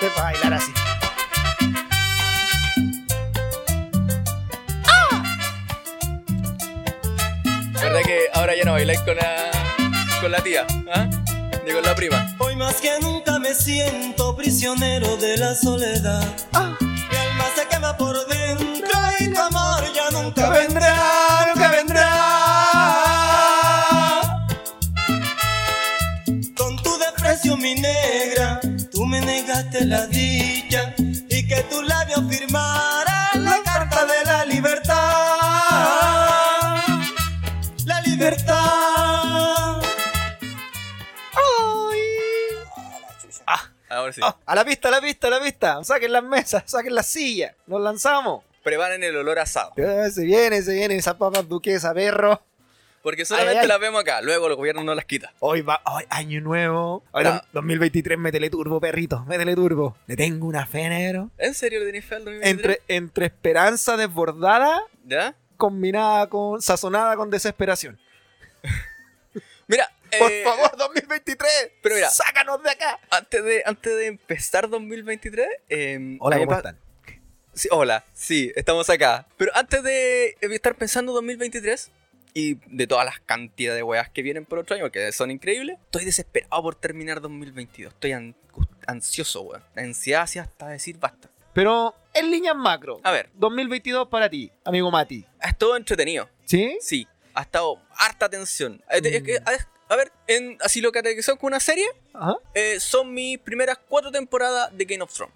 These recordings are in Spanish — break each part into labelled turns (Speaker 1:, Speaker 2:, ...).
Speaker 1: sepa bailar así.
Speaker 2: La verdad que ahora ya no bailáis con la, con la tía, ¿ah? Ni con la prima.
Speaker 3: Hoy más que nunca me siento prisionero de la soledad. Mi alma se quema por dentro y tu amor ya nunca vendrá.
Speaker 2: nunca vendrá.
Speaker 3: Con tu desprecio, mi negra, tú me negaste la dicha y que tu labio firmara la carta Ah. de la libertad. La libertad.
Speaker 2: Ah, Ahora sí.
Speaker 1: A la pista, a la pista, a la pista. Saquen las mesas, saquen las sillas. Nos lanzamos.
Speaker 2: Preparen el olor asado.
Speaker 1: Eh, se viene, se viene esa papa duquesa, perro.
Speaker 2: Porque solamente
Speaker 1: Ay, ay.
Speaker 2: las vemos acá, luego los gobiernos no las quita.
Speaker 1: Hoy va, hoy año nuevo. Hoy
Speaker 2: Ya.
Speaker 1: dos- 2023, métele turbo, perrito, métele turbo. Le tengo una fe, negro.
Speaker 2: ¿En serio le tenéis fe al 2023?
Speaker 1: Entre, entre esperanza desbordada,
Speaker 2: ¿Ya?
Speaker 1: combinada con, sazonada con desesperación.
Speaker 2: Mira,
Speaker 1: Por
Speaker 2: eh,
Speaker 1: favor, 2023,
Speaker 2: pero mira.
Speaker 1: sácanos de acá.
Speaker 2: Antes de, antes de empezar 2023, eh,
Speaker 1: Hola,
Speaker 2: a mí
Speaker 1: ¿cómo
Speaker 2: pa-
Speaker 1: están?
Speaker 2: Sí, hola, sí, estamos acá. Pero antes de estar pensando 2023 y de todas las cantidades de weas que vienen por otro año, que son increíbles, estoy desesperado por terminar 2022. Estoy angu- ansioso, weón. La ansiedad hacia hasta decir basta.
Speaker 1: Pero en líneas macro,
Speaker 2: A ver.
Speaker 1: 2022 para ti, amigo Mati.
Speaker 2: Ha estado entretenido,
Speaker 1: ¿Sí?
Speaker 2: sí. Ha estado harta tensión. Eh, te- es que,
Speaker 1: Mm.
Speaker 2: a, a ver, en, así lo categorizan con una serie,
Speaker 1: Ajá.
Speaker 2: eh, son mis primeras cuatro temporadas de Game of Thrones.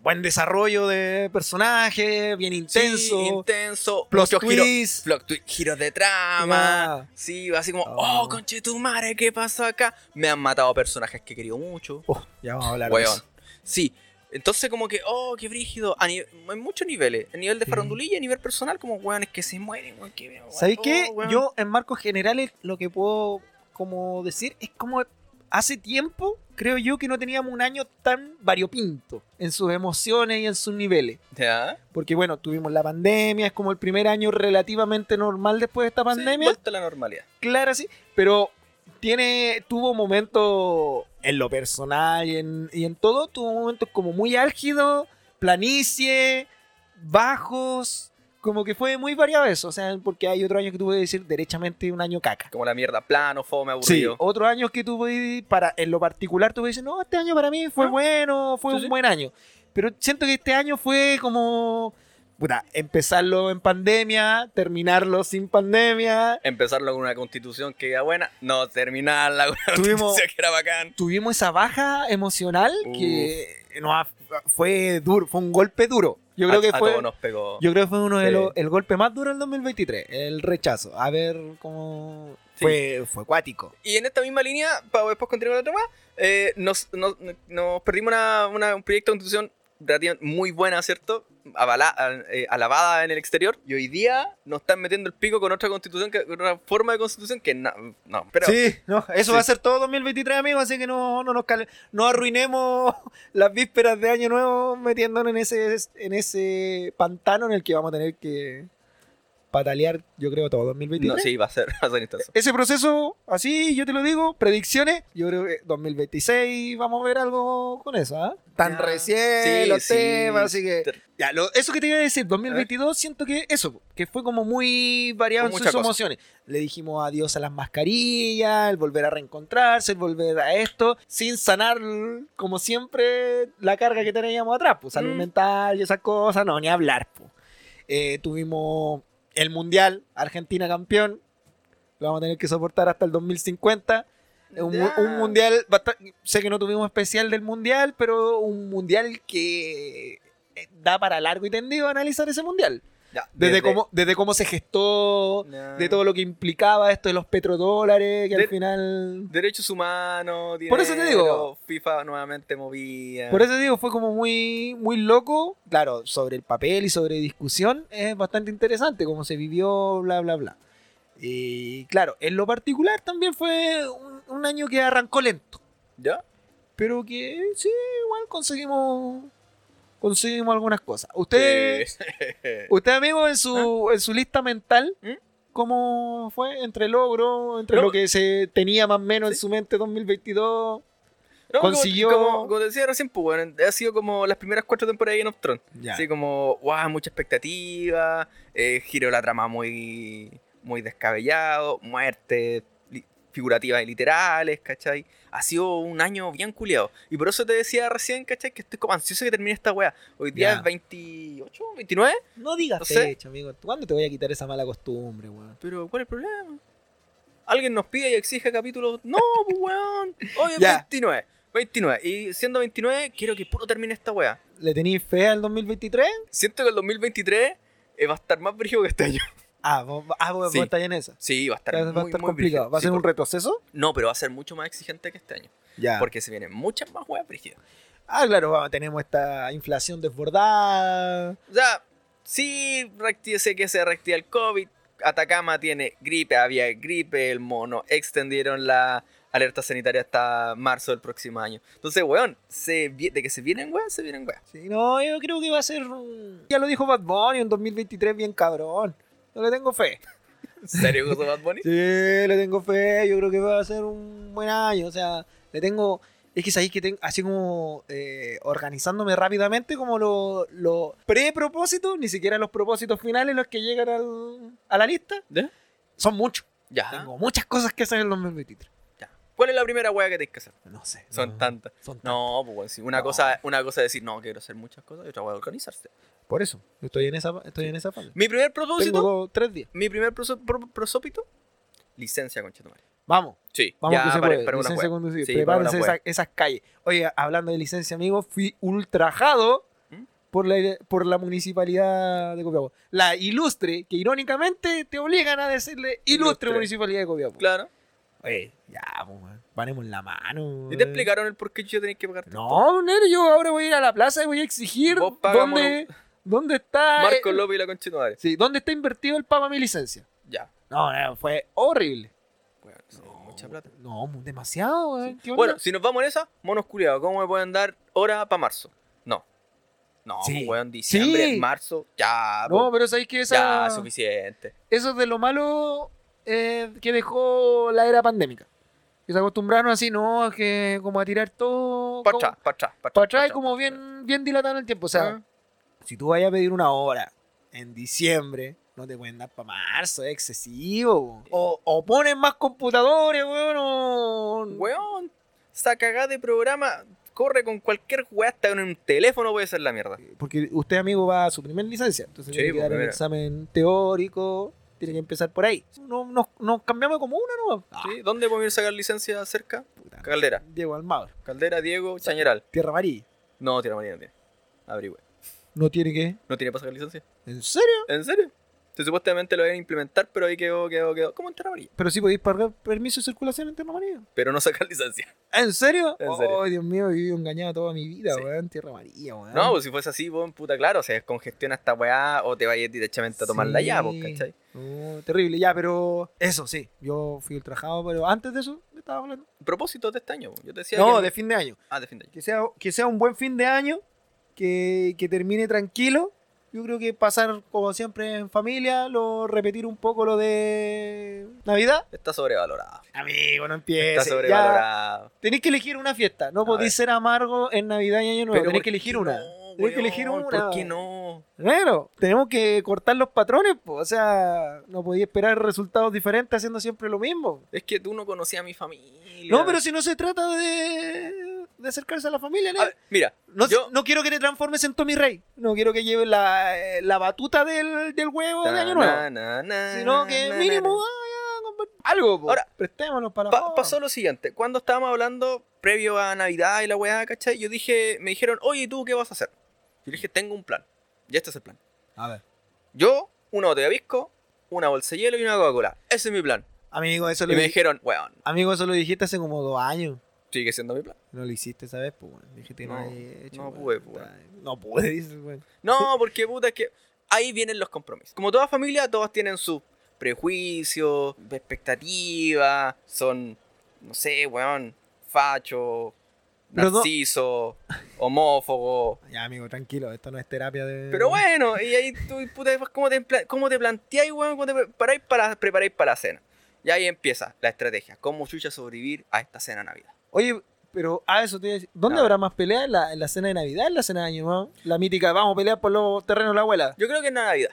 Speaker 1: Buen desarrollo de personaje, bien intenso.
Speaker 2: Sí, intenso.
Speaker 1: Plot
Speaker 2: muchos giros-
Speaker 1: twist.
Speaker 2: plot twist, giros de trama.
Speaker 1: Ya.
Speaker 2: Sí, así como,
Speaker 1: Oh.
Speaker 2: oh, conchetumare, ¿qué pasó acá? Me han matado personajes que he querido mucho.
Speaker 1: Oh, ya vamos a hablar de
Speaker 2: Weón.
Speaker 1: eso.
Speaker 2: Sí. Entonces, como que, oh, qué brígido. A ni- en muchos niveles. A nivel de
Speaker 1: Sí.
Speaker 2: farandulilla, a nivel personal, como weones que se mueren, weón. Que, weón,
Speaker 1: ¿Sabéis
Speaker 2: oh,
Speaker 1: qué?
Speaker 2: weón.
Speaker 1: Yo, en marcos generales, lo que puedo como decir es como hace tiempo, creo yo, que no teníamos un año tan variopinto en sus emociones y en sus niveles.
Speaker 2: Ya.
Speaker 1: Porque, bueno, tuvimos la pandemia, es como el primer año relativamente normal después de esta
Speaker 2: Sí,
Speaker 1: pandemia.
Speaker 2: vuelta a la normalidad.
Speaker 1: clara, sí, pero tiene, tuvo momentos en lo personal y en, y en todo, tuvo momentos como muy álgidos, planicie, bajos, como que fue muy variado eso, o sea, porque hay otro año que tuve que decir derechamente un año caca.
Speaker 2: Como la mierda, plano, fome,
Speaker 1: Sí,
Speaker 2: aburrido.
Speaker 1: otro año que tuve para, en lo particular tuve que decir, no, este año para mí fue
Speaker 2: Ah.
Speaker 1: bueno, fue
Speaker 2: Sí,
Speaker 1: un
Speaker 2: sí.
Speaker 1: buen año, pero siento que este año fue como... puta, empezarlo en pandemia, terminarlo sin pandemia,
Speaker 2: Empezarlo con una constitución que era buena. No, terminarla con una
Speaker 1: Tuvimos-
Speaker 2: constitución que era bacán.
Speaker 1: tuvimos esa baja emocional
Speaker 2: Uf.
Speaker 1: que nos af- fue duro, fue un golpe duro. Yo creo
Speaker 2: A-
Speaker 1: que
Speaker 2: a
Speaker 1: fue
Speaker 2: todos nos pegó.
Speaker 1: yo creo que fue uno de
Speaker 2: Sí.
Speaker 1: los el golpe más duro del 2023, el rechazo. A ver cómo
Speaker 2: Sí.
Speaker 1: fue fue acuático.
Speaker 2: Y en esta misma línea, para después continuar con la trama, eh, nos, nos- nos perdimos una, una- un proyecto de constitución relativa- muy buena, ¿cierto? Avala- al- eh, alabada en el exterior. Y hoy día nos están metiendo el pico con otra constitución, que, con otra forma de constitución que no, no, pero
Speaker 1: sí, no, eso
Speaker 2: sí.
Speaker 1: va a ser todo 2023, amigos, así que no, no nos cal- no arruinemos las vísperas de año nuevo metiéndonos en ese en ese pantano en el que vamos a tener que patalear, yo creo todo 2023.
Speaker 2: no, sí, va a ser, va a ser intenso.
Speaker 1: ese proceso, así yo te lo digo, predicciones, yo creo que 2026 vamos a ver algo con eso, ¿ah? Tan
Speaker 2: Ya.
Speaker 1: recién
Speaker 2: Sí,
Speaker 1: los
Speaker 2: sí.
Speaker 1: temas, así que...
Speaker 2: Ter-
Speaker 1: Ya, lo- eso que te iba a decir, 2022 siento que eso, que fue como muy variado en
Speaker 2: Con
Speaker 1: sus
Speaker 2: mucha cosa.
Speaker 1: emociones. Le dijimos adiós a las mascarillas, el volver a reencontrarse, el volver a esto, sin sanar, como siempre, la carga que teníamos atrás, pues salud
Speaker 2: Mm.
Speaker 1: mental y esas cosas, no, ni hablar, pues. Eh, tuvimos el Mundial, Argentina campeón, lo vamos a tener que soportar hasta el 2050. Un, mu-
Speaker 2: Ya.
Speaker 1: un mundial, basta- sé que no tuvimos especial del mundial, pero un mundial que eh, da para largo y tendido analizar ese mundial.
Speaker 2: Ya,
Speaker 1: Desde, cómo, desde cómo se gestó,
Speaker 2: Ya.
Speaker 1: de todo lo que implicaba esto de los petrodólares, que al
Speaker 2: De-
Speaker 1: final...
Speaker 2: Derechos humanos,
Speaker 1: Por eso te
Speaker 2: dinero,
Speaker 1: digo.
Speaker 2: FIFA nuevamente movía.
Speaker 1: Por eso digo, fue como muy, muy loco, claro, sobre el papel y sobre discusión, es bastante interesante cómo se vivió, bla, bla, bla. Y claro, en lo particular también fue un- un año que arrancó lento.
Speaker 2: ¿Ya?
Speaker 1: pero que sí, igual conseguimos conseguimos algunas cosas. Usted,
Speaker 2: Eh,
Speaker 1: usted amigo, en su, en su lista mental,
Speaker 2: ¿Ah? ¿Mm?
Speaker 1: ¿cómo fue? Entre logro, entre
Speaker 2: No.
Speaker 1: lo que se tenía más o menos en
Speaker 2: Sí.
Speaker 1: su mente 2022,
Speaker 2: No, como-
Speaker 1: Consiguió-
Speaker 2: Como, como te decía recién, pues, bueno, ha sido como las primeras cuatro temporadas de Game of Thrones.
Speaker 1: Ya.
Speaker 2: Así como, wow, mucha expectativa, eh, giro de la trama muy, muy descabellado, muertes li- figurativas y literales, ¿cachai? Ha sido un año bien culiado. Y por eso te decía recién, ¿cachai? Que estoy como ansioso que termine esta wea. Hoy día
Speaker 1: Ya.
Speaker 2: es 28, 29.
Speaker 1: No digas
Speaker 2: No sé.
Speaker 1: fecha, amigo. ¿Cuándo te voy a quitar esa mala costumbre, weón?
Speaker 2: Pero, ¿cuál es el problema? Alguien nos pide y exige capítulos. No, pues weón. Hoy es
Speaker 1: Ya.
Speaker 2: 29. 29. Y siendo 29, quiero que puro termine esta wea.
Speaker 1: ¿Le tenéis fe al 2023?
Speaker 2: Siento que el 2023 eh, va a estar más brígido que este año.
Speaker 1: Ah, vos, ah, vos,
Speaker 2: Sí.
Speaker 1: vos estás en esa.
Speaker 2: Sí, va a estar
Speaker 1: Va,
Speaker 2: muy,
Speaker 1: va a estar
Speaker 2: muy
Speaker 1: complicado.
Speaker 2: brígido.
Speaker 1: ¿Va a
Speaker 2: Sí,
Speaker 1: ser un Ah.
Speaker 2: por-
Speaker 1: retroceso?
Speaker 2: No, pero va a ser mucho más exigente que este año.
Speaker 1: Ya.
Speaker 2: Porque se vienen muchas más weas brígidas.
Speaker 1: Ah, claro, vamos, tenemos esta inflación desbordada.
Speaker 2: O sea, sí, reacti- sé que se reactiva el COVID. Atacama tiene gripe, había gripe, el mono. Extendieron la alerta sanitaria hasta marzo del próximo año. Entonces, weón, se vi- de que se vienen weas, se vienen weas.
Speaker 1: Sí, no, yo creo que va a ser. un- Ya lo dijo Bad Bunny en 2023, bien cabrón. No le tengo fe.
Speaker 2: ¿En serio que Bad Bunny?
Speaker 1: Sí, le tengo fe, yo creo que va a ser un buen año, o sea, le tengo, es que sabéis que tengo, así como eh, organizándome rápidamente como los lo pre-propósitos, ni siquiera los propósitos finales, los que llegan al- a la lista,
Speaker 2: ¿Ya? Ah.
Speaker 1: son muchos.
Speaker 2: Ya.
Speaker 1: Tengo muchas cosas que hacer en el 2023.
Speaker 2: ya. ¿Cuál es la primera wea que tenés que hacer?
Speaker 1: No sé.
Speaker 2: Son
Speaker 1: no,
Speaker 2: tantas.
Speaker 1: son tantas.
Speaker 2: No, pues weón, sí, Una,
Speaker 1: No.
Speaker 2: Cosa, una cosa es decir, no, quiero hacer muchas cosas y otra wea organizarse.
Speaker 1: Por eso, yo estoy en esa, estoy en esa fase.
Speaker 2: Mi primer propósito.
Speaker 1: Tengo dos- tres días.
Speaker 2: Mi primer proso- pro- prosópito, licencia, conchetumare.
Speaker 1: Vamos.
Speaker 2: Sí,
Speaker 1: Vamos
Speaker 2: ya
Speaker 1: que se
Speaker 2: pare-
Speaker 1: puede.
Speaker 2: para una
Speaker 1: Licencia de
Speaker 2: wea.
Speaker 1: conducir.
Speaker 2: Sí, para una
Speaker 1: Prepárense
Speaker 2: wea.
Speaker 1: esa- esas calles. Oye, hablando de licencia, amigo, fui ultrajado
Speaker 2: ¿Mm?
Speaker 1: por la, por la municipalidad de Copiapó. La ilustre, que irónicamente te obligan a decirle ilustre,
Speaker 2: Ilustre.
Speaker 1: municipalidad de Copiapó.
Speaker 2: Claro.
Speaker 1: Oye, ya, pues, man. Paremos la mano.
Speaker 2: ¿Y te
Speaker 1: man.
Speaker 2: explicaron el por qué yo tenía que pagar?
Speaker 1: No, nero, yo ahora voy a ir a la plaza y voy a exigir
Speaker 2: Vos paga,
Speaker 1: dónde, dónde está.
Speaker 2: Marco
Speaker 1: eh,
Speaker 2: López y la conchetumare.
Speaker 1: Sí, dónde está invertido el pago a mi licencia.
Speaker 2: Ya.
Speaker 1: No, no, fue horrible.
Speaker 2: Bueno, sí, mucha plata.
Speaker 1: No, demasiado, weón. ¿Qué onda?
Speaker 2: Bueno, si nos vamos en esa, monos culiados, ¿cómo me pueden dar hora para marzo? No. No, pues,
Speaker 1: Sí.
Speaker 2: weón, diciembre,
Speaker 1: Sí.
Speaker 2: marzo, ya,
Speaker 1: no,
Speaker 2: Ah, po,
Speaker 1: pero sabéis que esa.
Speaker 2: ya, suficiente.
Speaker 1: eso es de lo malo eh, que dejó la era pandémica. Que se acostumbraron así, ¿no? Es que como a tirar todo.
Speaker 2: Para
Speaker 1: como-
Speaker 2: atrás, para atrás, para
Speaker 1: Para atrás y como bien, bien dilatado en el tiempo. O sea, si tú vayas a pedir una hora en diciembre, no te pueden dar para marzo, es excesivo. weón. O, o ponen más computadores, weón. o-
Speaker 2: Weón, esa cagada de programa corre con cualquier weá, hasta con un teléfono puede ser la mierda.
Speaker 1: Porque usted, amigo, va a su primer licencia. Entonces
Speaker 2: Sí,
Speaker 1: tiene que
Speaker 2: pues,
Speaker 1: dar el
Speaker 2: primera.
Speaker 1: examen teórico. Tiene que empezar por ahí. No, nos, nos cambiamos como una, ¿no?
Speaker 2: ¿Sí? ¿Dónde puedo ir a sacar licencia cerca?
Speaker 1: Puta,
Speaker 2: Caldera.
Speaker 1: Diego Almagro.
Speaker 2: Caldera, Diego, Chañaral.
Speaker 1: Tierra Amarilla.
Speaker 2: No, Tierra Amarilla no tiene. Averigüe.
Speaker 1: No tiene que.
Speaker 2: ¿No tiene para sacar licencia?
Speaker 1: ¿En serio?
Speaker 2: ¿En serio? Se supuestamente lo iban a implementar, pero ahí quedó, quedó, quedó. ¿Cómo en Tierra Amarilla?
Speaker 1: Pero sí podéis pagar permiso de circulación en Tierra Amarilla.
Speaker 2: Pero no sacar licencia.
Speaker 1: ¿En serio?
Speaker 2: En serio.
Speaker 1: Oh, Dios mío, he vivido engañado toda mi vida,
Speaker 2: Sí.
Speaker 1: weón. Tierra Amarilla, weón.
Speaker 2: No, pues si fuese así, vos, puta, claro, se descongestiona esta weá o te vayas directamente a tomar la
Speaker 1: Sí.
Speaker 2: llave, pues, ¿cachai?
Speaker 1: No, Uh, terrible, ya, pero eso sí. Yo fui ultrajado, pero antes de eso, ¿de qué estaba hablando?
Speaker 2: Propósito de este año, po. yo te decía.
Speaker 1: No,
Speaker 2: que-
Speaker 1: de fin de año.
Speaker 2: Ah, de fin de año.
Speaker 1: Que sea, que sea un buen fin de año, que, que termine tranquilo. Yo creo que pasar, como siempre, en familia, lo repetir un poco lo de Navidad.
Speaker 2: Está sobrevalorado.
Speaker 1: Amigo, no
Speaker 2: Está
Speaker 1: empieces. Eh, ya.
Speaker 2: sobrevalorado.
Speaker 1: Tenéis que elegir una fiesta. No
Speaker 2: A
Speaker 1: podéis
Speaker 2: ver.
Speaker 1: ser amargo en Navidad y Año Nuevo.
Speaker 2: Pero
Speaker 1: Tenéis
Speaker 2: ¿por
Speaker 1: que elegir
Speaker 2: qué
Speaker 1: una.
Speaker 2: no,
Speaker 1: Tenéis que elegir
Speaker 2: weón?
Speaker 1: una.
Speaker 2: ¿Por qué no?
Speaker 1: Claro, tenemos que cortar los patrones, po. o sea, no podía esperar resultados diferentes haciendo siempre lo mismo.
Speaker 2: Es que tú no conocías a mi familia.
Speaker 1: No, pero si no se trata de, de acercarse a la familia, ¿no?
Speaker 2: A ver, mira,
Speaker 1: no,
Speaker 2: yo-
Speaker 1: no quiero que te transformes en Tommy Rey, no quiero que lleves la, eh, la batuta del, del huevo de Año Nuevo, sino que mínimo vaya a comprar algo, po.
Speaker 2: Ahora,
Speaker 1: prestémonos para la
Speaker 2: Pa-
Speaker 1: joda.
Speaker 2: pasó lo siguiente, cuando estábamos hablando previo a Navidad y la weá, ¿cachai? Yo dije, me dijeron, oye, ¿y ¿tú qué vas a hacer? Yo le dije, tengo un plan. Y este es el plan.
Speaker 1: A ver.
Speaker 2: Yo, una botella de visco, una bolsa de hielo y una Coca-Cola. Ese es mi plan.
Speaker 1: Amigo, eso
Speaker 2: Y
Speaker 1: lo
Speaker 2: me
Speaker 1: di-
Speaker 2: dijeron, weón,
Speaker 1: amigo, eso lo dijiste hace como dos años.
Speaker 2: sigue siendo mi plan.
Speaker 1: No lo hiciste esa vez, pues, weón. Dijiste que no,
Speaker 2: No,
Speaker 1: lo había hecho,
Speaker 2: no
Speaker 1: weón.
Speaker 2: pude, pues,
Speaker 1: Puta, No pude, dices, weón.
Speaker 2: No, porque puta, es que ahí vienen los compromisos. Como toda familia, todos tienen sus prejuicios, expectativas, son, no sé, weón, facho,
Speaker 1: Pero no-
Speaker 2: narciso, homófobo.
Speaker 1: Ya, amigo, tranquilo, esto no es terapia de.
Speaker 2: Pero bueno, y ahí tú, puta, ¿cómo te, empla- cómo te planteáis, weón? ¿Cómo te preparáis para, preparáis para la cena? Y ahí empieza la estrategia. ¿Cómo chucha sobrevivir a esta cena de Navidad?
Speaker 1: Oye, Pero, ah, eso te iba a decir. ¿Dónde
Speaker 2: Nada.
Speaker 1: habrá más peleas? ¿En la, en la cena de Navidad? ¿En la cena de Año Nuevo? La mítica, vamos a pelear por los terrenos de la abuela.
Speaker 2: Yo creo que es Navidad.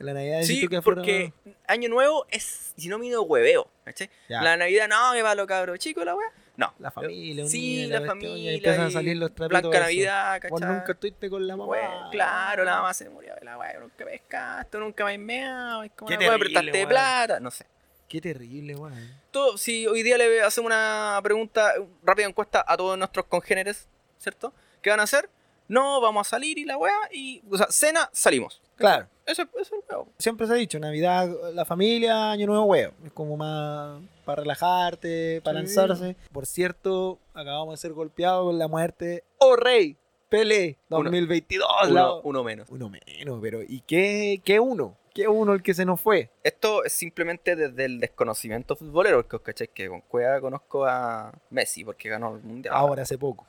Speaker 1: En la Navidad decís
Speaker 2: Sí,
Speaker 1: tú que fueron-
Speaker 2: porque Año Nuevo es sinónimo de hueveo. ¿cachai?
Speaker 1: Ya,
Speaker 2: La Navidad, no, que va lo cabro chico, la wea. No.
Speaker 1: la familia, unida,
Speaker 2: Sí, la,
Speaker 1: cuestión, y ahí
Speaker 2: familia.
Speaker 1: empiezan a
Speaker 2: y
Speaker 1: salir los trapitos.
Speaker 2: Blanca
Speaker 1: esos.
Speaker 2: Navidad, ¿cachai?
Speaker 1: Vos nunca estuviste con la mamá.
Speaker 2: Bueno, claro, la mamá se murió de la wea, nunca pescaste, nunca vais meado, es como
Speaker 1: Qué
Speaker 2: una wea,
Speaker 1: terrible,
Speaker 2: prestaste
Speaker 1: weón.
Speaker 2: plata, no sé.
Speaker 1: Qué terrible, weón.
Speaker 2: Todo- si hoy día le hacemos una pregunta, una rápida encuesta a todos nuestros congéneres, ¿cierto? ¿Qué van a hacer? No, vamos a salir y la wea, y, o sea, cena, salimos.
Speaker 1: Claro.
Speaker 2: Eso, eso es el huevo.
Speaker 1: Siempre se ha dicho, Navidad, la familia, Año Nuevo, huevo. Es como más para relajarte, para
Speaker 2: Sí.
Speaker 1: lanzarse. Por cierto, acabamos de ser golpeados con la muerte. ¡Oh, rey! Pele
Speaker 2: Uno.
Speaker 1: 2022. la- Uno,
Speaker 2: Uno, uno menos.
Speaker 1: menos, pero ¿y qué, qué uno? ¿Qué uno el que se nos fue?
Speaker 2: Esto es simplemente desde el desconocimiento futbolero, porque os cacháis que con Cueva conozco a Messi, porque ganó el Mundial.
Speaker 1: Ahora, hace poco.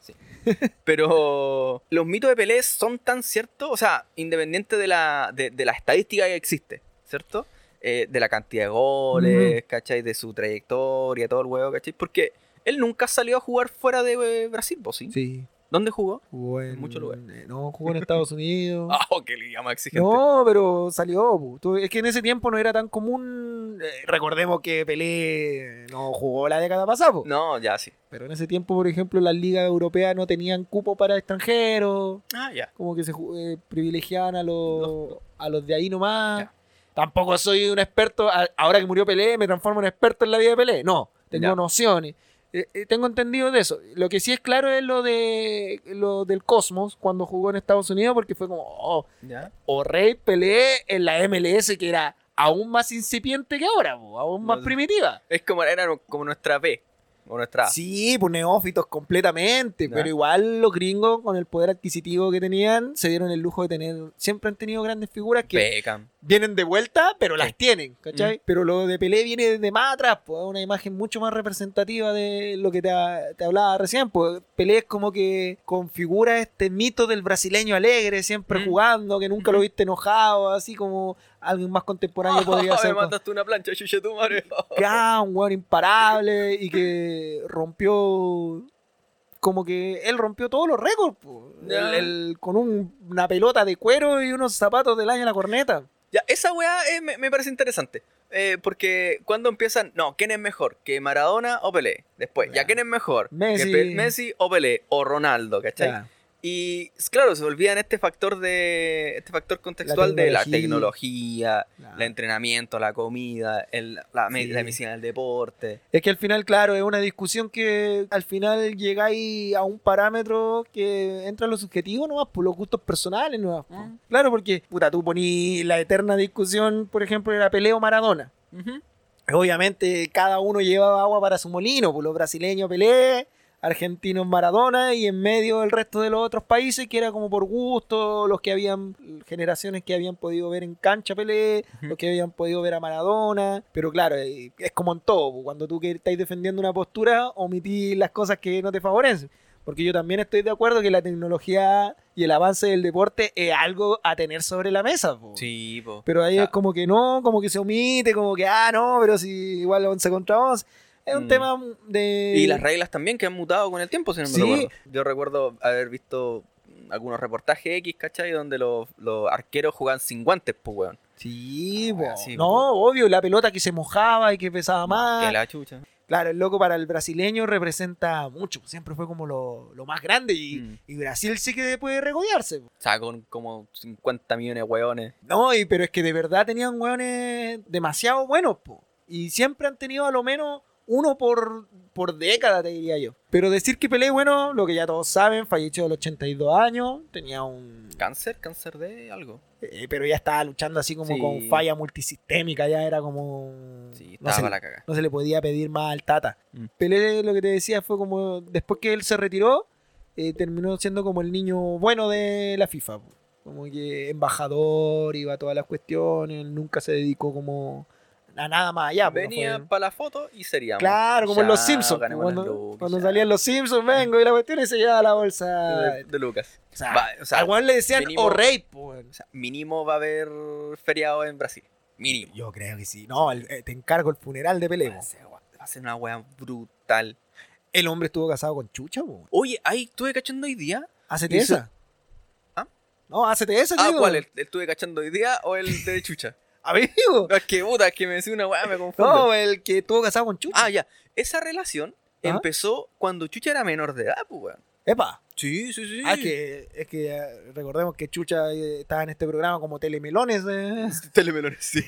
Speaker 2: Pero los mitos de Pelé son tan ciertos, o sea, independiente de la, de, de la estadística que existe, ¿cierto? Eh, de la cantidad de goles, ¿cachai? De su trayectoria, todo el huevo, ¿cachai? Porque él nunca salió a jugar fuera de eh, Brasil, ¿vos sí?
Speaker 1: Sí,
Speaker 2: ¿Dónde jugó?
Speaker 1: jugó en...
Speaker 2: muchos lugares.
Speaker 1: eh, No, jugó en Estados Unidos.
Speaker 2: Ah, que le llama exigente.
Speaker 1: No, pero salió. pu. Tú- Es que en ese tiempo no era tan común. eh, Recordemos que Pelé no jugó la década pasada. pu.
Speaker 2: No, ya sí.
Speaker 1: Pero en ese tiempo, por ejemplo, las ligas europeas no tenían cupo para extranjeros,
Speaker 2: Ah, ya.
Speaker 1: como que se ju- eh, privilegiaban a los,
Speaker 2: Los-
Speaker 1: a los de ahí nomás.
Speaker 2: Ya.
Speaker 1: Tampoco soy un experto, a- ahora que murió Pelé me transformo en experto en la vida de Pelé. No, tengo
Speaker 2: Ya.
Speaker 1: nociones. Eh, eh, tengo entendido de eso. Lo que sí es claro es lo de lo del Cosmos cuando jugó en Estados Unidos, porque fue como, oh,
Speaker 2: Ya.
Speaker 1: o Rey Pelé en la MLS, que era aún más incipiente que ahora, po, aún más
Speaker 2: No sé.
Speaker 1: primitiva.
Speaker 2: Es como, era como nuestra P, o nuestra A.
Speaker 1: Sí, pues neófitos completamente,
Speaker 2: Ya.
Speaker 1: pero igual los gringos con el poder adquisitivo que tenían se dieron el lujo de tener, siempre han tenido grandes figuras que
Speaker 2: Beckham.
Speaker 1: vienen de vuelta, pero las
Speaker 2: Sí. Mm.
Speaker 1: tienen, ¿cachai? Pero lo de Pelé viene desde más atrás, pues es una imagen mucho más representativa de lo que te, te hablaba recién, pues Pelé es como que configura este mito del brasileño alegre, siempre
Speaker 2: Mm.
Speaker 1: jugando, que nunca lo
Speaker 2: Ujú.
Speaker 1: viste enojado, así como alguien más contemporáneo podría
Speaker 2: Ah,
Speaker 1: ser.
Speaker 2: me
Speaker 1: con-
Speaker 2: mandaste una plancha, chucha tu madre.
Speaker 1: ya, un weón imparable y que rompió. Como que él rompió todos los récords, po.
Speaker 2: Ya.
Speaker 1: El- el- con un- una pelota de cuero y unos zapatos del año en la corneta.
Speaker 2: Ya, esa weá eh, me, me parece interesante. Eh, porque cuando empiezan, no, ¿quién es mejor? ¿Que Maradona o Pelé? Después,
Speaker 1: Claro.
Speaker 2: ¿ya quién es mejor?
Speaker 1: Messi.
Speaker 2: ¿Que Pe- Messi o Pelé? O Ronaldo, ¿cachai?
Speaker 1: Ya.
Speaker 2: Y s- claro, se olvidan este factor de este factor contextual de la tecnología,
Speaker 1: Ya.
Speaker 2: el entrenamiento, la comida, el- la, me-
Speaker 1: Sí.
Speaker 2: la medicina del deporte.
Speaker 1: Es que al final, claro, es una discusión que al final llegáis a un parámetro que entra en lo subjetivo nomás, por los gustos personales nomás. po.
Speaker 2: Mm.
Speaker 1: Claro, porque, puta, tú poní la eterna discusión, por ejemplo, de la pelea o Maradona. Obviamente cada uno llevaba agua para su molino, pues los brasileños Pelé, argentinos Maradona y en medio el resto de los otros países que era como por gusto, los que habían generaciones que habían podido ver en cancha Pelé,
Speaker 2: Ujú.
Speaker 1: los que habían podido ver a Maradona, pero claro, eh, es como en todo, pues, cuando tú que estáis defendiendo una postura, omitís las cosas que no te favorecen. Porque yo también estoy de acuerdo que la tecnología y el avance del deporte es algo a tener sobre la mesa. pues.
Speaker 2: Sí, po.
Speaker 1: Pero ahí
Speaker 2: Ya.
Speaker 1: es como que no, como que se omite, como que, ah, no, pero si igual 11 contra 11. Es un
Speaker 2: Mm.
Speaker 1: tema de...
Speaker 2: Y las reglas también que han mutado con el tiempo, si no me
Speaker 1: Eh, Sí.
Speaker 2: recuerdo. Yo recuerdo haber visto algunos reportajes X, ¿cachai? Donde los, los arqueros jugaban sin guantes, pues, weón.
Speaker 1: Sí,
Speaker 2: Ah,
Speaker 1: po.
Speaker 2: sí,
Speaker 1: no,
Speaker 2: po.
Speaker 1: obvio, la pelota que se mojaba y que pesaba más.
Speaker 2: Que la chucha.
Speaker 1: Claro, el loco para el brasileño representa mucho, siempre fue como lo, lo más grande y,
Speaker 2: Mm.
Speaker 1: y Brasil sí que puede regodearse. po.
Speaker 2: O sea, con como 50 millones de hueones.
Speaker 1: No, y, pero es que de verdad tenían hueones demasiado buenos, po. Y siempre han tenido a lo menos uno por, por década, te diría yo. Pero decir que Pelé, bueno, lo que ya todos saben, falleció a los 82 años, tenía un...
Speaker 2: Cáncer, cáncer de algo.
Speaker 1: eh, pero ya estaba luchando así como
Speaker 2: Sí.
Speaker 1: con falla multisistémica, ya era como...
Speaker 2: Sí,
Speaker 1: no
Speaker 2: estaba
Speaker 1: se,
Speaker 2: la caga.
Speaker 1: no se le podía pedir más al Tata.
Speaker 2: Mm.
Speaker 1: Pelé lo que te decía fue como, después que él se retiró, eh, terminó siendo como el niño bueno de la FIFA. po. Como que embajador, iba a todas las cuestiones, nunca se dedicó como a nada más allá. po, pues, no
Speaker 2: Venía
Speaker 1: fue-
Speaker 2: para la foto y seríamos.
Speaker 1: Claro, como en Los
Speaker 2: Ya,
Speaker 1: Simpsons.
Speaker 2: ganemos
Speaker 1: Cuando,
Speaker 2: las lucas,
Speaker 1: cuando
Speaker 2: ya.
Speaker 1: salían Los Simpsons, vengo y la cuestión y se llevaba la bolsa.
Speaker 2: de, de Lucas.
Speaker 1: O sea,
Speaker 2: Va, Eh, o sea,
Speaker 1: al weón le decían
Speaker 2: mínimo-
Speaker 1: o rey, po, weón.
Speaker 2: O sea, mínimo va a haber feriado en Brasil. Mínimo.
Speaker 1: Yo creo que sí. No, el- eh, te encargo el funeral de Pelé.
Speaker 2: Va
Speaker 1: po.
Speaker 2: a ser, va a ser una wea brutal.
Speaker 1: El hombre estuvo casado con Chucha, po.
Speaker 2: Oye, ahí estuve cachando hoy día.
Speaker 1: Ácete
Speaker 2: ¿Y eso?
Speaker 1: esa.
Speaker 2: ¿Ah?
Speaker 1: No, ácete esa,
Speaker 2: Ah,
Speaker 1: digo.
Speaker 2: ¿cuál? ¿El, el estuve cachando hoy día o el de Chucha?
Speaker 1: Amigo.
Speaker 2: No, es que puta, es que me decía una weá, me confundo.
Speaker 1: No, ¿Ah? el que estuvo casado con Chucha.
Speaker 2: Ah, ya. Esa relación
Speaker 1: Ajá. empezó
Speaker 2: empezó cuando Chucha era menor de edad, pues, weón.
Speaker 1: Epa.
Speaker 2: Sí, sí, sí.
Speaker 1: Ah, es que, es que eh, recordemos que Chucha eh, estaba en este programa como Telemelones. eh.
Speaker 2: Telemelones, sí.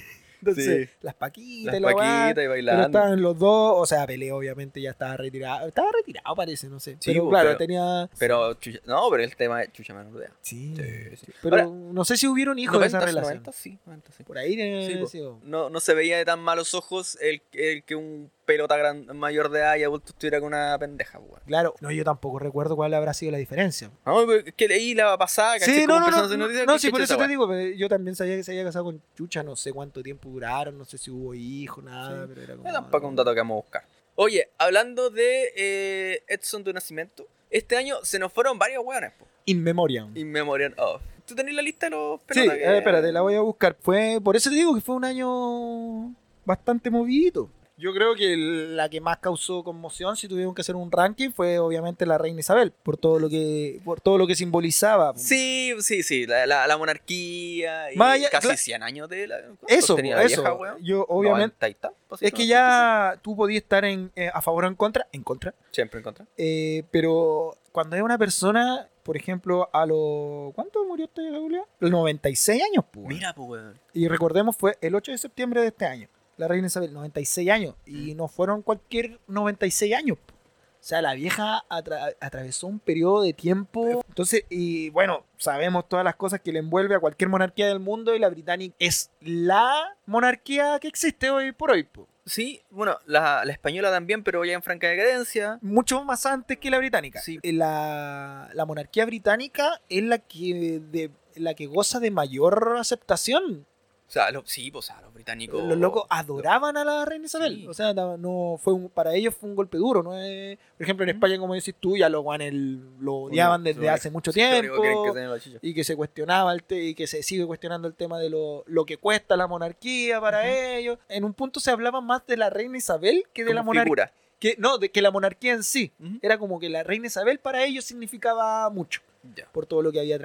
Speaker 1: Entonces,
Speaker 2: Sí.
Speaker 1: las paquitas
Speaker 2: Las
Speaker 1: y la weá.
Speaker 2: paquitas y
Speaker 1: Pero
Speaker 2: bailando.
Speaker 1: estaban los dos, o sea, Pelé obviamente ya estaba retirado. Estaba retirado, parece, no sé.
Speaker 2: Sí,
Speaker 1: pero
Speaker 2: pues,
Speaker 1: claro,
Speaker 2: pero-
Speaker 1: tenía.
Speaker 2: Pero, Chucha, no, pero el tema es Chucha menor de edad.
Speaker 1: Sí.
Speaker 2: sí.
Speaker 1: Pero
Speaker 2: Ahora,
Speaker 1: no sé si hubieron hijos de esa
Speaker 2: 90,
Speaker 1: relación.
Speaker 2: 90, sí, 90, sí.
Speaker 1: Por ahí eh,
Speaker 2: Sí, po.
Speaker 1: sí, po.
Speaker 2: No, no se veía de tan malos ojos el, el que un pelota gran, mayor de edad y adulto estuviera con una pendeja, pues, weón.
Speaker 1: Claro, no, yo tampoco recuerdo cuál habrá sido la diferencia.
Speaker 2: No, pero es que leí la pasada, ¿cachai?
Speaker 1: Sí, no,
Speaker 2: Como
Speaker 1: no, no,
Speaker 2: personas en
Speaker 1: no,
Speaker 2: noticias,
Speaker 1: no,
Speaker 2: ¿qué
Speaker 1: sí, por eso
Speaker 2: chucha esa
Speaker 1: te
Speaker 2: weá?
Speaker 1: digo, pero yo también sabía que se había casado con Chucha, no sé cuánto tiempo duraron, no sé si hubo hijos, nada,
Speaker 2: Sí.
Speaker 1: pero era como...
Speaker 2: Es tampoco un dato que vamos a buscar. Oye, hablando de eh, Edson de Nacimiento, este año se nos fueron varios weones, po.
Speaker 1: In memoriam.
Speaker 2: In Memoriam of. Oh, ¿Tú tenés la lista de los
Speaker 1: Sí,
Speaker 2: pelotas que-
Speaker 1: eh, espérate, la voy a buscar. Fue, por eso te digo que fue un año bastante movido. Yo creo que el- la que más causó conmoción, si tuvieron que hacer un ranking, fue obviamente la reina Isabel, por todo lo que, por todo lo que simbolizaba.
Speaker 2: Sí, sí, sí, la, la, la monarquía y
Speaker 1: Más allá-
Speaker 2: casi
Speaker 1: cla-
Speaker 2: 100 años de la... ¿cuántos
Speaker 1: Eso,
Speaker 2: tenía
Speaker 1: po,
Speaker 2: la
Speaker 1: eso.
Speaker 2: vieja, weón?
Speaker 1: yo obviamente,
Speaker 2: 90 y tal,
Speaker 1: es que ya tú podías estar en, eh, a favor o en contra, en contra,
Speaker 2: Siempre en contra.
Speaker 1: eh, pero cuando es una persona, por ejemplo, a los... ¿Cuánto murió este esta Julia? Los 96 años, pues.
Speaker 2: Mira, pues, weón.
Speaker 1: Y recordemos, fue el 8 de septiembre de este año. La reina Isabel, 96 años. Y no fueron cualquier 96 años. po. O sea, la vieja atra- atravesó un periodo de tiempo. Entonces, y bueno, sabemos todas las cosas que le envuelve a cualquier monarquía del mundo. Y la británica es la monarquía que existe hoy por hoy. pues. po.
Speaker 2: Sí, bueno, la, la española también, pero ya en franca decadencia.
Speaker 1: Mucho más antes que la británica. Eh,
Speaker 2: Sí.
Speaker 1: La, la monarquía británica es la que, de, la que goza de mayor aceptación.
Speaker 2: O sea, los, sí, pues, o sea, los británicos...
Speaker 1: Los locos adoraban a la reina Isabel.
Speaker 2: Sí.
Speaker 1: O sea, no, no fue un- para ellos fue un golpe duro. ¿no? es- por ejemplo, en España, como decís tú, ya los guanes lo odiaban desde hace mucho
Speaker 2: Sí, lo único
Speaker 1: tiempo.
Speaker 2: que creen que tienen los chichos.
Speaker 1: Y que se cuestionaba el te- y que se sigue cuestionando el tema de lo, lo que cuesta la monarquía para
Speaker 2: Ujú.
Speaker 1: ellos. En un punto se hablaba más de la reina Isabel que de la
Speaker 2: Como
Speaker 1: monarquía.
Speaker 2: figura.
Speaker 1: Que, no, de que la monarquía en sí.
Speaker 2: Ujú.
Speaker 1: Era como que la reina Isabel para ellos significaba mucho
Speaker 2: Ya.
Speaker 1: por todo lo que había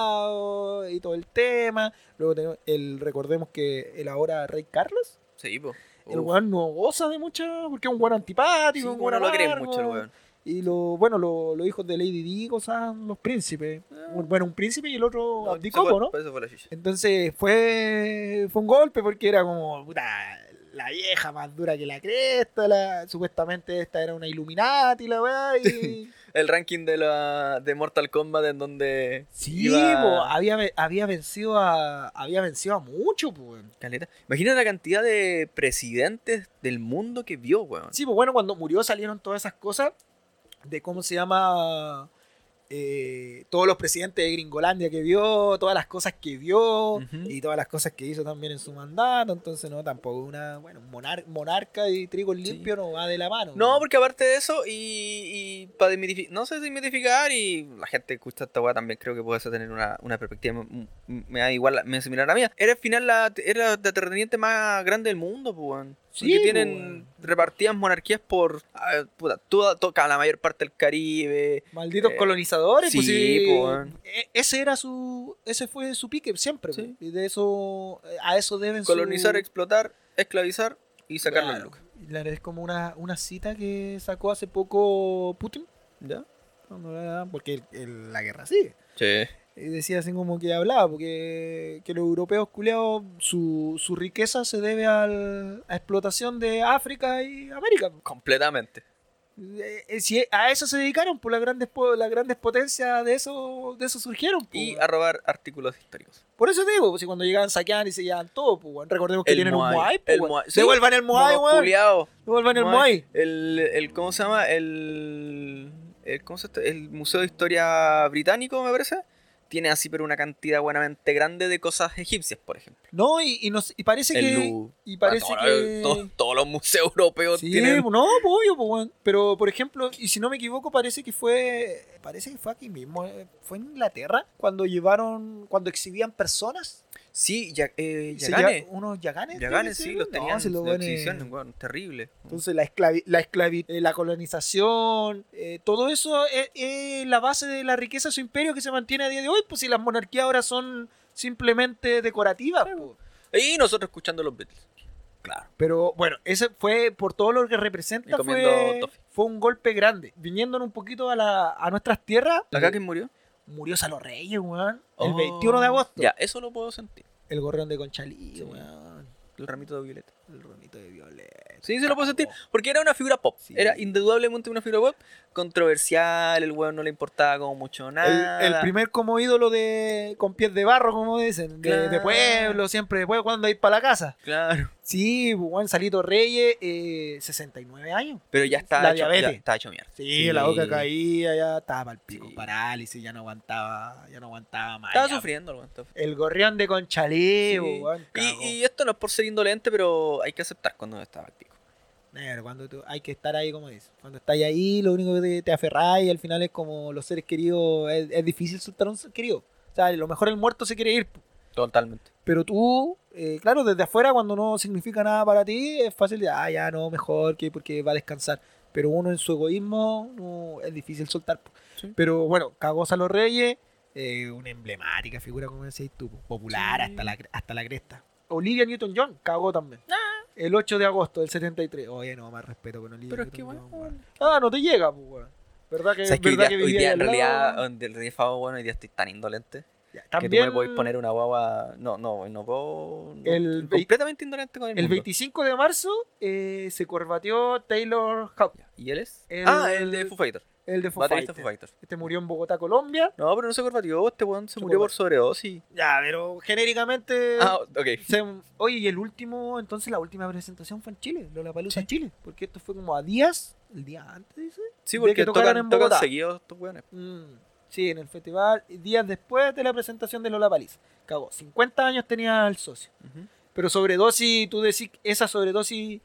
Speaker 1: atravesado y todo el tema. Luego tenemos el, recordemos que el ahora Rey Carlos,
Speaker 2: Sí, pues.
Speaker 1: el weón no goza de mucha, porque es un weón antipático, un weón
Speaker 2: no lo creen
Speaker 1: amargo.
Speaker 2: mucho, el weón.
Speaker 1: Y lo, bueno, lo- los hijos de Lady Di gozan los príncipes. Bueno, un príncipe y el otro
Speaker 2: Ah. No,
Speaker 1: abdicó,
Speaker 2: se fue-
Speaker 1: ¿no?
Speaker 2: por eso fue la chicha.
Speaker 1: Entonces fue, fue un golpe porque era como, puta, la vieja más dura que la cresta, la, supuestamente esta era una Illuminati, la weá, y...
Speaker 2: El ranking de la de Mortal Kombat en donde
Speaker 1: Sí,
Speaker 2: Iba-
Speaker 1: po, había, ve- había vencido a había vencido a mucho, po, weón.
Speaker 2: Caleta. Imagina la cantidad de presidentes del mundo que vio, weón.
Speaker 1: Sí, pues bueno, cuando murió salieron todas esas cosas de cómo se llama eh, todos los presidentes de Gringolandia que vio, todas las cosas que vio
Speaker 2: Ujú.
Speaker 1: y todas las cosas que hizo también en su mandato, entonces no tampoco una, bueno, un monar- monarca y trigo limpio no va de la mano.
Speaker 2: No,
Speaker 1: weón.
Speaker 2: porque aparte de eso, y, para desmitificar, no sé desmitificar, y la gente que escucha esta weá también creo que puede hacer tener una, una perspectiva, m- m- me da igual, me similar a la mía. Era al final la, era la terrateniente más grande del mundo, pues, weón.
Speaker 1: Sí,
Speaker 2: Porque
Speaker 1: pues,
Speaker 2: tienen
Speaker 1: weón.
Speaker 2: repartidas monarquías por, ah, puta, toda, toca la mayor parte del Caribe,
Speaker 1: malditos
Speaker 2: eh,
Speaker 1: colonizadores, pues,
Speaker 2: sí,
Speaker 1: sí,
Speaker 2: po, weón.
Speaker 1: e- ese era su ese fue su pique siempre,
Speaker 2: Sí.
Speaker 1: po, y de eso eh, a eso deben su-
Speaker 2: colonizar, explotar, esclavizar y sacar la
Speaker 1: Claro.
Speaker 2: lucas.
Speaker 1: La verdad es como una, una cita que sacó hace poco Putin,
Speaker 2: ¿Ya?
Speaker 1: cuando era- porque el- el- la guerra sigue.
Speaker 2: Sí.
Speaker 1: Y decía así como que hablaba, porque que los europeos culeados, su, su riqueza se debe al, a explotación de África y América.
Speaker 2: Completamente.
Speaker 1: Eh, eh, si a eso se dedicaron, por las grandes, po- las grandes potencias de eso, de eso surgieron. po,
Speaker 2: Y
Speaker 1: weón.
Speaker 2: a robar artículos históricos.
Speaker 1: Por eso te digo, pues, si cuando llegaban saqueaban y se llevaban todo, pues, weón. recordemos que
Speaker 2: El
Speaker 1: tienen
Speaker 2: Moai,
Speaker 1: un Moai.
Speaker 2: el
Speaker 1: pues, weón.
Speaker 2: Moai. Sí,
Speaker 1: Devuelvan el Moai,
Speaker 2: Monos
Speaker 1: weón.
Speaker 2: culiados.
Speaker 1: Devuelvan el
Speaker 2: Moai.
Speaker 1: Moai.
Speaker 2: El, el- ¿Cómo se llama? El, el- ¿Cómo se llama? El Museo de Historia Británico, me parece. Tiene así, pero una cantidad buenamente grande de cosas egipcias, por ejemplo.
Speaker 1: No, y, y, nos, y parece
Speaker 2: El
Speaker 1: que.
Speaker 2: Louvre.
Speaker 1: Y parece
Speaker 2: Ahora,
Speaker 1: que.
Speaker 2: to- todos los museos europeos
Speaker 1: Sí,
Speaker 2: tienen.
Speaker 1: no, pues, obvio, pues, weón. Pero, por ejemplo, y si no me equivoco, parece que fue. Parece que fue aquí mismo. eh, Fue en Inglaterra. Cuando llevaron. Cuando exhibían personas.
Speaker 2: Sí, ya, eh,
Speaker 1: Se
Speaker 2: Yagane.
Speaker 1: lleva- ¿Unos yaganes?
Speaker 2: Yaganes,
Speaker 1: creo
Speaker 2: sí,
Speaker 1: que
Speaker 2: los
Speaker 1: se
Speaker 2: tenían
Speaker 1: llaman. este No, si los
Speaker 2: de
Speaker 1: buenos-
Speaker 2: exhibición, weón, terrible.
Speaker 1: Entonces la esclavi- la, esclavi- eh, la colonización, eh, todo eso es, es la base de la riqueza de su imperio que se mantiene a día de hoy, pues si las monarquías ahora son simplemente decorativas. pues. po.
Speaker 2: Y nosotros escuchando los Beatles. Claro.
Speaker 1: Pero bueno, ese fue por todo lo que representa,
Speaker 2: Y comiendo
Speaker 1: fue,
Speaker 2: toffee.
Speaker 1: fue un golpe grande. Viniéndonos un poquito a, la- a nuestras tierras,
Speaker 2: ¿Acá quién murió?
Speaker 1: murió Salo Reyes, weón, el
Speaker 2: Oh.
Speaker 1: 21 de agosto.
Speaker 2: Ya, eso lo puedo sentir.
Speaker 1: El gorrión de Conchalí,
Speaker 2: Sí.
Speaker 1: weón,
Speaker 2: El ramito de violeta.
Speaker 1: el romito de Violeta.
Speaker 2: Sí, se lo puedo sentir. Porque era una figura pop.
Speaker 1: Sí.
Speaker 2: Era indudablemente una figura pop. Controversial, el weón no le importaba como mucho nada.
Speaker 1: El, el primer como ídolo de con pies de barro, como dicen, de, de
Speaker 2: Claro.
Speaker 1: pueblo, siempre después cuando hay para la casa.
Speaker 2: Claro.
Speaker 1: Sí, Juan Salito Reyes, eh, 69 años.
Speaker 2: Pero ya estaba,
Speaker 1: La
Speaker 2: hecho,
Speaker 1: diabetes.
Speaker 2: ya estaba hecho mierda.
Speaker 1: Sí, la boca
Speaker 2: caí
Speaker 1: caía, ya estaba mal pico,
Speaker 2: Sí.
Speaker 1: parálisis, ya no aguantaba, ya no aguantaba más.
Speaker 2: Estaba
Speaker 1: ya.
Speaker 2: sufriendo el weón. estaba-
Speaker 1: El gorrión de Conchalí,
Speaker 2: Sí.
Speaker 1: weón,
Speaker 2: Y,
Speaker 1: cagó.
Speaker 2: y esto no es por ser indolente, pero hay que aceptar cuando estaba activo.
Speaker 1: Negro, cuando tú- hay que estar ahí como es. Cuando estás ahí, lo único que te, te aferráis, al final es como los seres queridos, es, es difícil soltar a un ser querido. O sea, a lo mejor el muerto se quiere ir,
Speaker 2: Totalmente.
Speaker 1: Pero tú, eh, claro, desde afuera, cuando no significa nada para ti, es fácil de, ah, ya no, mejor que porque va a descansar. Pero uno en su egoísmo no, es difícil soltar. po.
Speaker 2: Sí.
Speaker 1: Pero bueno, Cagosa los Reyes, eh, una emblemática figura, como decís tú, po, popular
Speaker 2: Sí.
Speaker 1: hasta, la, cre- hasta la cresta. Olivia Newton-John cagó también.
Speaker 2: Ah.
Speaker 1: El 8 de agosto del 73. Oye, no, más respeto con Olivia.
Speaker 2: Pero es que
Speaker 1: Newton-John,
Speaker 2: bueno.
Speaker 1: weón. Ah, no te llega, pues, weón. ¿Verdad que,
Speaker 2: ¿Sabes que hoy
Speaker 1: verdad
Speaker 2: día,
Speaker 1: que
Speaker 2: hoy
Speaker 1: vivía
Speaker 2: día,
Speaker 1: ahí
Speaker 2: en
Speaker 1: al
Speaker 2: realidad,
Speaker 1: lado?
Speaker 2: en el día Favo, bueno, hoy día estoy tan indolente
Speaker 1: Ya,
Speaker 2: que tú
Speaker 1: También
Speaker 2: me podéis poner una guagua. No, no, no puedo. no-
Speaker 1: El vei-
Speaker 2: estoy completamente indolente con el,
Speaker 1: el
Speaker 2: mundo.
Speaker 1: 25 de marzo eh, se corbateó Taylor Hawk.
Speaker 2: Ya, ¿Y él es?
Speaker 1: El-
Speaker 2: Ah, el de Foo Fighters.
Speaker 1: El de Foo
Speaker 2: Baterista
Speaker 1: Fighters.
Speaker 2: Foo Fighters.
Speaker 1: Este murió en Bogotá, Colombia.
Speaker 2: No, pero no se corbatió. Este weón se
Speaker 1: Se Eh.
Speaker 2: murió por
Speaker 1: corbató.
Speaker 2: sobredosis.
Speaker 1: Ya, pero genéricamente.
Speaker 2: Ah, ok.
Speaker 1: se- oye, y el último, entonces la última presentación fue en Chile, Lollapalooza en Chile. Porque esto fue como a días, el día antes, dice.
Speaker 2: Sí,
Speaker 1: De
Speaker 2: porque
Speaker 1: que tocaran
Speaker 2: tocan,
Speaker 1: en
Speaker 2: tocan
Speaker 1: Bogotá.
Speaker 2: seguidos estos weones.
Speaker 1: Mm, sí, en el festival, y días después de la presentación de Lollapalooza. Cagó, 50 años tenía el socio. Pero sobredosis, tú decís, esa sobredosis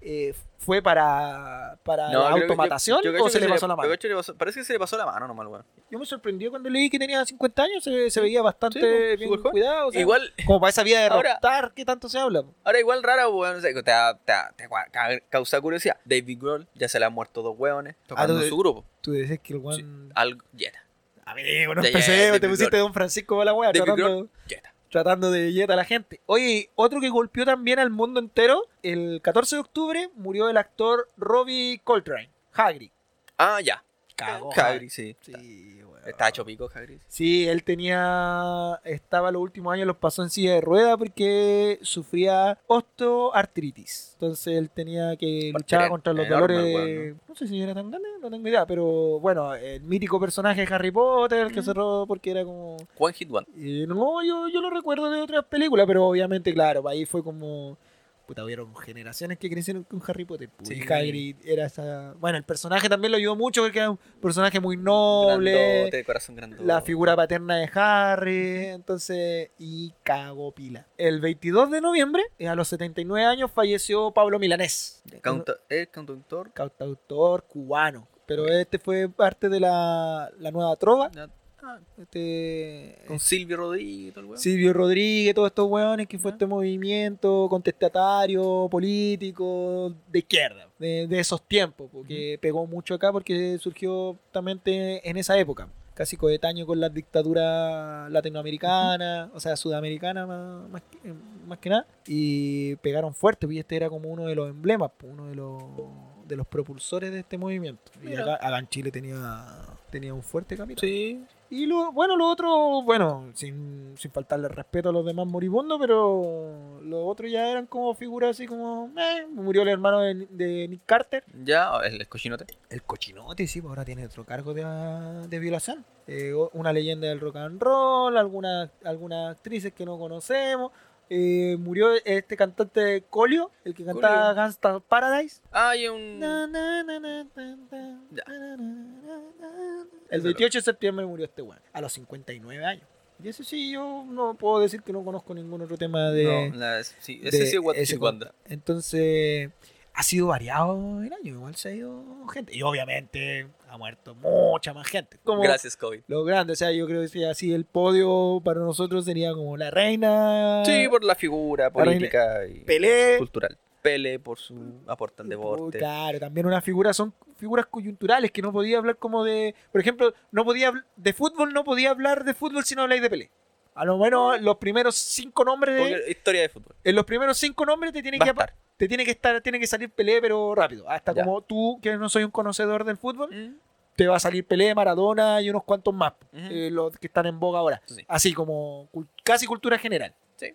Speaker 1: eh, fue para, para
Speaker 2: No,
Speaker 1: Ah, la
Speaker 2: creo que- yo-
Speaker 1: automatación
Speaker 2: yo cacho
Speaker 1: o se
Speaker 2: que
Speaker 1: le pasó la
Speaker 2: yo
Speaker 1: mano.
Speaker 2: cacho que le pasó- Parece que se le pasó la mano nomás, weón.
Speaker 1: Yo me sorprendió cuando leí que tenía 50 años, se, se veía bastante
Speaker 2: Sí, pues,
Speaker 1: bien
Speaker 2: súper joven.
Speaker 1: cuidado. o sea,
Speaker 2: Igual,
Speaker 1: Como para esa vida de
Speaker 2: Ahora-
Speaker 1: rockstar que tanto se habla. po.
Speaker 2: Ahora igual rara, weón, o sea, que te, da- te, da- te cua- ca- causa curiosidad. David Grohl ya se le han muerto dos weones tocando
Speaker 1: tú-
Speaker 2: en su grupo.
Speaker 1: Tú dices que el weón.
Speaker 2: Sí. Algo, Jetta,
Speaker 1: Amigo, no
Speaker 2: Ya, ya,
Speaker 1: empecé,
Speaker 2: ya,
Speaker 1: te
Speaker 2: David
Speaker 1: pusiste
Speaker 2: Grohl.
Speaker 1: Don Francisco para la wea,
Speaker 2: David
Speaker 1: tratando,
Speaker 2: Jetta.
Speaker 1: tratando de billete a la gente. Oye, otro que golpeó también al mundo entero, el 14 de octubre murió el actor Robbie Coltrane, Hagrid.
Speaker 2: Ah, ya. Hagrid, sí.
Speaker 1: Sí, weón.
Speaker 2: Está hecho pico Hagrid.
Speaker 1: Sí, él tenía. Estaba los últimos años, los pasó en silla de rueda porque sufría osteoartritis. Entonces él tenía que
Speaker 2: Porque
Speaker 1: luchar
Speaker 2: era
Speaker 1: contra los
Speaker 2: enorme,
Speaker 1: dolores.
Speaker 2: weón,
Speaker 1: ¿no? sé si era tan grande, no tengo idea, pero bueno, el mítico personaje de Harry Potter que
Speaker 2: Mm.
Speaker 1: cerró porque era como.
Speaker 2: One Hit One.
Speaker 1: eh, no, yo, yo lo recuerdo de otras películas, pero obviamente, claro, ahí fue como. Puta, hubieron generaciones que crecieron con Harry Potter. pues,
Speaker 2: Sí.
Speaker 1: Y Hagrid era esa. Bueno, el personaje también lo ayudó mucho porque era un personaje muy noble
Speaker 2: Grandote, de corazón grandote.
Speaker 1: la figura paterna de Harry, entonces, y cago pila. El 22 de noviembre, eh, a los 79 años, falleció Pablo Milanés,
Speaker 2: Cauta- el cantautor.
Speaker 1: cautautor cubano. Pero este fue parte de la, la nueva trova.
Speaker 2: ya, ah,
Speaker 1: Este,
Speaker 2: Con Silvio Rodríguez, y todo el weón.
Speaker 1: Silvio Rodríguez, todos estos hueones que fue
Speaker 2: Ya.
Speaker 1: este movimiento contestatario, político, de izquierda, de, de esos tiempos, porque pegó mucho acá porque surgió justamente en esa época, casi coetáneo con las dictaduras latinoamericanas, o sea, sudamericanas más, más que, eh, más que nada, y pegaron fuerte, y este era como uno de los emblemas, pues, uno de los, de los propulsores de este movimiento. Y
Speaker 2: Mira.
Speaker 1: acá, acá en Chile tenía, tenía un fuerte capítulo.
Speaker 2: Sí.
Speaker 1: Y lo, bueno, lo otro, bueno, sin, sin faltarle respeto a los demás moribundos, pero los otros ya eran como figuras así como, eh, murió el hermano de, de Nick Carter.
Speaker 2: Ya, el cochinote.
Speaker 1: El cochinote, sí, pues ahora tiene otro cargo de, ah, de violación. Eh, o- una leyenda del rock and roll, algunas algunas actrices que no conocemos. Eh, murió este cantante Colio, el que cantaba
Speaker 2: Colio.
Speaker 1: Gangsta Paradise.
Speaker 2: Ah, y un.
Speaker 1: Na, na, na, na, na, na,
Speaker 2: Ya.
Speaker 1: na, na, na, na. El 28 de septiembre murió este weón, a los 59 años. Y eso sí, yo no puedo decir que no conozco ningún otro tema de.
Speaker 2: No, la- sí, ese
Speaker 1: de
Speaker 2: sí es One
Speaker 1: ese
Speaker 2: Hit Wonder.
Speaker 1: conta- Entonces, ha sido variado el año, igual se ha ido gente. Y obviamente ha muerto mucha más gente. Como
Speaker 2: Gracias, COVID.
Speaker 1: Lo grande, o sea, yo creo que si así el podio para nosotros sería como la reina.
Speaker 2: Sí, por la figura
Speaker 1: Ah. Ahora
Speaker 2: política y
Speaker 1: Pelé.
Speaker 2: cultural. Pele por su aporte al deporte.
Speaker 1: Claro, también una figura, son figuras coyunturales que no podía hablar como de. Por ejemplo, no podía habl- de fútbol, no podía hablar de fútbol si no habláis de Pelé. A lo menos los primeros cinco nombres de-
Speaker 2: Porque- Historia de fútbol.
Speaker 1: En los primeros cinco nombres te tiene
Speaker 2: Va
Speaker 1: que
Speaker 2: a
Speaker 1: apa-
Speaker 2: estar.
Speaker 1: te tiene que estar, tiene que salir Pelé, pero rápido. Hasta
Speaker 2: Ya.
Speaker 1: como tú, que no soy un conocedor del fútbol,
Speaker 2: Mm.
Speaker 1: te va a salir Pelé, Maradona y unos cuantos más,
Speaker 2: Ujú.
Speaker 1: eh, los que están en boga ahora.
Speaker 2: Sí.
Speaker 1: Así como cul- casi cultura general.
Speaker 2: Sí.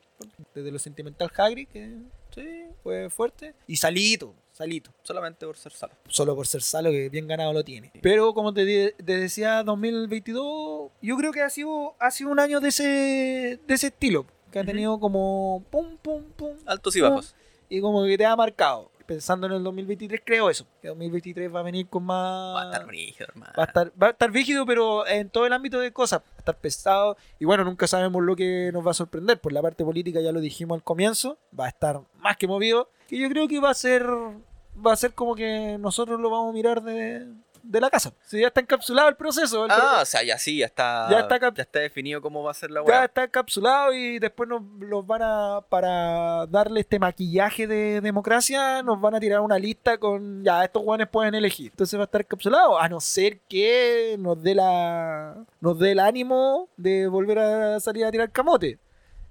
Speaker 1: Desde lo sentimental Hagrid, que
Speaker 2: Sí,
Speaker 1: fue fuerte, y Salito, Salito.
Speaker 2: solamente por ser sano.
Speaker 1: Solo por ser Salo, que bien ganado lo tiene. Pero como te, di- te decía, 2022, yo creo que ha sido, ha sido un año de ese, de ese estilo. Que ha
Speaker 2: Ujú.
Speaker 1: tenido como pum, pum, pum,
Speaker 2: Altos y bajos.
Speaker 1: y como que te ha marcado. Pensando en el 2023, creo eso. Que 2023 va a venir con más.
Speaker 2: Va a estar brígido, hermano.
Speaker 1: Ah. Va a estar, va a estar rígido, pero en todo el ámbito de cosas. Va a estar pesado. Y bueno, nunca sabemos lo que nos va a sorprender. Por la parte política ya lo dijimos al comienzo. Va a estar más que movido. Que yo creo que va a ser. Va a ser como que nosotros lo vamos a mirar de, de la casa. Si ya está encapsulado el proceso. el
Speaker 2: Ah, o sea, ya sí, ya está.
Speaker 1: Ya está cap-
Speaker 2: ya está definido cómo va a ser la
Speaker 1: Ya
Speaker 2: weá.
Speaker 1: está encapsulado y después nos los van a, para darle este maquillaje de democracia, nos van a tirar una lista con, ya, estos guanes pueden elegir. Entonces va a estar encapsulado, a no ser que nos dé la nos dé el ánimo de volver a salir a tirar camote.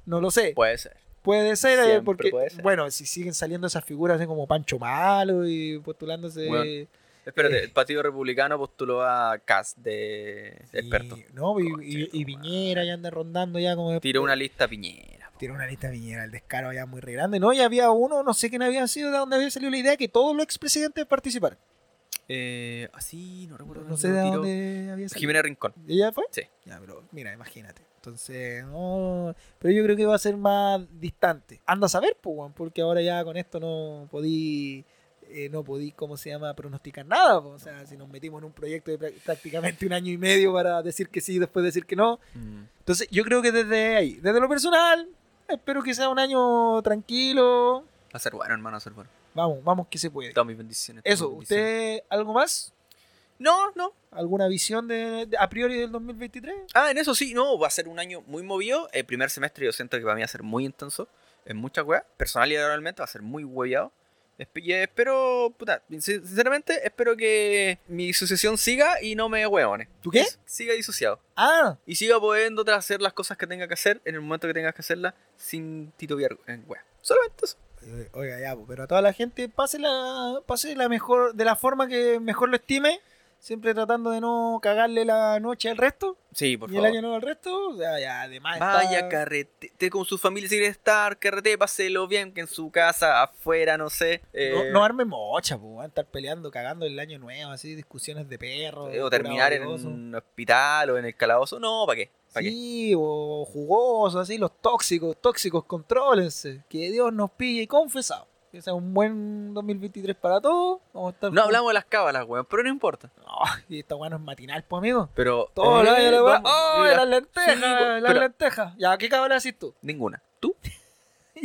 Speaker 1: No lo sé.
Speaker 2: Puede ser.
Speaker 1: Puede ser, eh,
Speaker 2: siempre
Speaker 1: porque,
Speaker 2: puede ser.
Speaker 1: bueno, si siguen saliendo esas figuras así como Pancho Malo y postulándose...
Speaker 2: Bueno, Espérate,
Speaker 1: Eh.
Speaker 2: el Partido Republicano postuló a Cas de de experto.
Speaker 1: y- no, y, y-
Speaker 2: Conche tu
Speaker 1: y Piñera ya anda rondando ya como...
Speaker 2: Tiró una lista a Piñera. po.
Speaker 1: Tiene una lista de Piñera, el descaro allá muy re grande. No, y había uno, no sé quién había sido, de dónde había salido la idea que todos los expresidentes participaran.
Speaker 2: Eh, así, no recuerdo.
Speaker 1: No sé de
Speaker 2: lo tiró.
Speaker 1: dónde había salido.
Speaker 2: Jimena Rincón.
Speaker 1: ¿Y ¿Ella fue?
Speaker 2: Sí.
Speaker 1: Ya, pero mira, imagínate. Entonces, no. Pero yo creo que va a ser más distante. Anda a saber, pues, weón, porque ahora ya con esto no podí. eh, no podí, ¿cómo se llama?, pronosticar nada. po. O sea, si nos metimos en un proyecto de prá- prácticamente un año y medio para decir que sí y después decir que no. Entonces, yo creo que desde ahí, desde lo personal, espero que sea un año tranquilo,
Speaker 2: Va a ser bueno, hermano, va a ser bueno.
Speaker 1: Vamos, vamos que se puede.
Speaker 2: Todas mis bendiciones. todas
Speaker 1: Eso,
Speaker 2: mis bendiciones.
Speaker 1: ¿usted algo más?
Speaker 2: No, no.
Speaker 1: ¿Alguna visión de, de- a priori del 2023?
Speaker 2: Ah, en eso sí, no, va a ser un año muy movido. El primer semestre yo siento que para mí va a ser muy intenso. En muchas weas. Personal y laboralmente va a ser muy hueviado. Espe- y espero, puta, sin- sinceramente, espero que mi sucesión siga y no me hueone.
Speaker 1: ¿Tú qué?
Speaker 2: Siga disociado.
Speaker 1: Ah,
Speaker 2: Y siga pudiendo hacer las cosas que tenga que hacer en el momento que tengas que hacerlas sin titubear en wea. Solamente eso.
Speaker 1: eh, oiga, ya, po, pero a toda la gente, pase la, pase la mejor, de la forma que mejor lo estime, siempre tratando de no cagarle la noche al resto
Speaker 2: Sí, por
Speaker 1: y
Speaker 2: favor.
Speaker 1: el año nuevo al resto. O sea, ya, además.
Speaker 2: Vaya,
Speaker 1: está-
Speaker 2: carrete, esté con su familia si quiere estar, carrete, páselo bien, que en su casa, afuera, no sé. eh,
Speaker 1: No, no arme mocha, po, van a estar peleando, cagando el año nuevo, así, discusiones de perros.
Speaker 2: eh, o terminar en un hospital o en el calabozo. No, ¿para qué? ¿Para
Speaker 1: Sí, o jugosos, así, los tóxicos, tóxicos, contrólense. Que Dios nos pille confesado. Que sea un buen 2023 para todos. Vamos a
Speaker 2: qué?
Speaker 1: estar
Speaker 2: No hablamos de las cábalas, weón, pero no importa.
Speaker 1: No, y esta weá no es matinal, pues, amigo.
Speaker 2: Pero.
Speaker 1: Todo
Speaker 2: eh,
Speaker 1: el año la weá.
Speaker 2: vamos,
Speaker 1: ¡Oh,
Speaker 2: mira,
Speaker 1: las lentejas!
Speaker 2: Sí,
Speaker 1: las
Speaker 2: pero-
Speaker 1: lentejas! Ya, ¿qué cabrón haces tú?
Speaker 2: Ninguna. ¿Tú?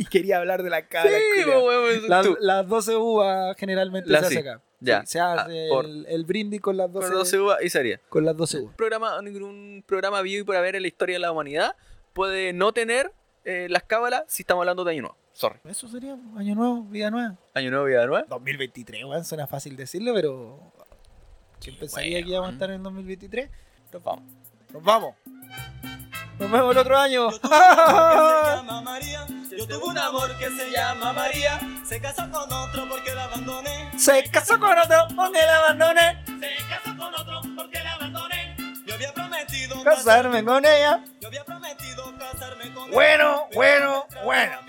Speaker 1: Y quería hablar de la cara.
Speaker 2: po, weón,
Speaker 1: las,
Speaker 2: tú.
Speaker 1: las 12 uvas generalmente
Speaker 2: Las
Speaker 1: se hace
Speaker 2: sí,
Speaker 1: acá.
Speaker 2: ya.
Speaker 1: Sí, se hace
Speaker 2: Ah, por-
Speaker 1: el, el brindis con las 12,
Speaker 2: Con 12 uvas y sería.
Speaker 1: con las 12 uvas.
Speaker 2: Programa, ningún programa vivo y por haber en la historia de la humanidad puede no tener eh, las cábalas si estamos hablando de Año Nuevo. Sorry.
Speaker 1: Eso sería año nuevo, vida nueva.
Speaker 2: Año Nuevo, Vida Nueva.
Speaker 1: 2023, weón, suena fácil decirlo, pero. ¿Quién
Speaker 2: Sí,
Speaker 1: pensaría que íbamos a
Speaker 2: weón.
Speaker 1: estar en 2023?
Speaker 2: Nos vamos.
Speaker 1: ¡Nos vamos! ¡Nos vemos el otro año!
Speaker 3: Yo tuve un amor que se llama María. Yo tuve un amor que se llama María. Se casó con otro porque la abandoné.
Speaker 1: Se casó con otro, porque la abandoné.
Speaker 3: Se casó con otro porque la abandoné. Yo había prometido
Speaker 1: Casarme con ella.
Speaker 3: Yo había prometido casarme con
Speaker 1: Bueno, bueno, bueno.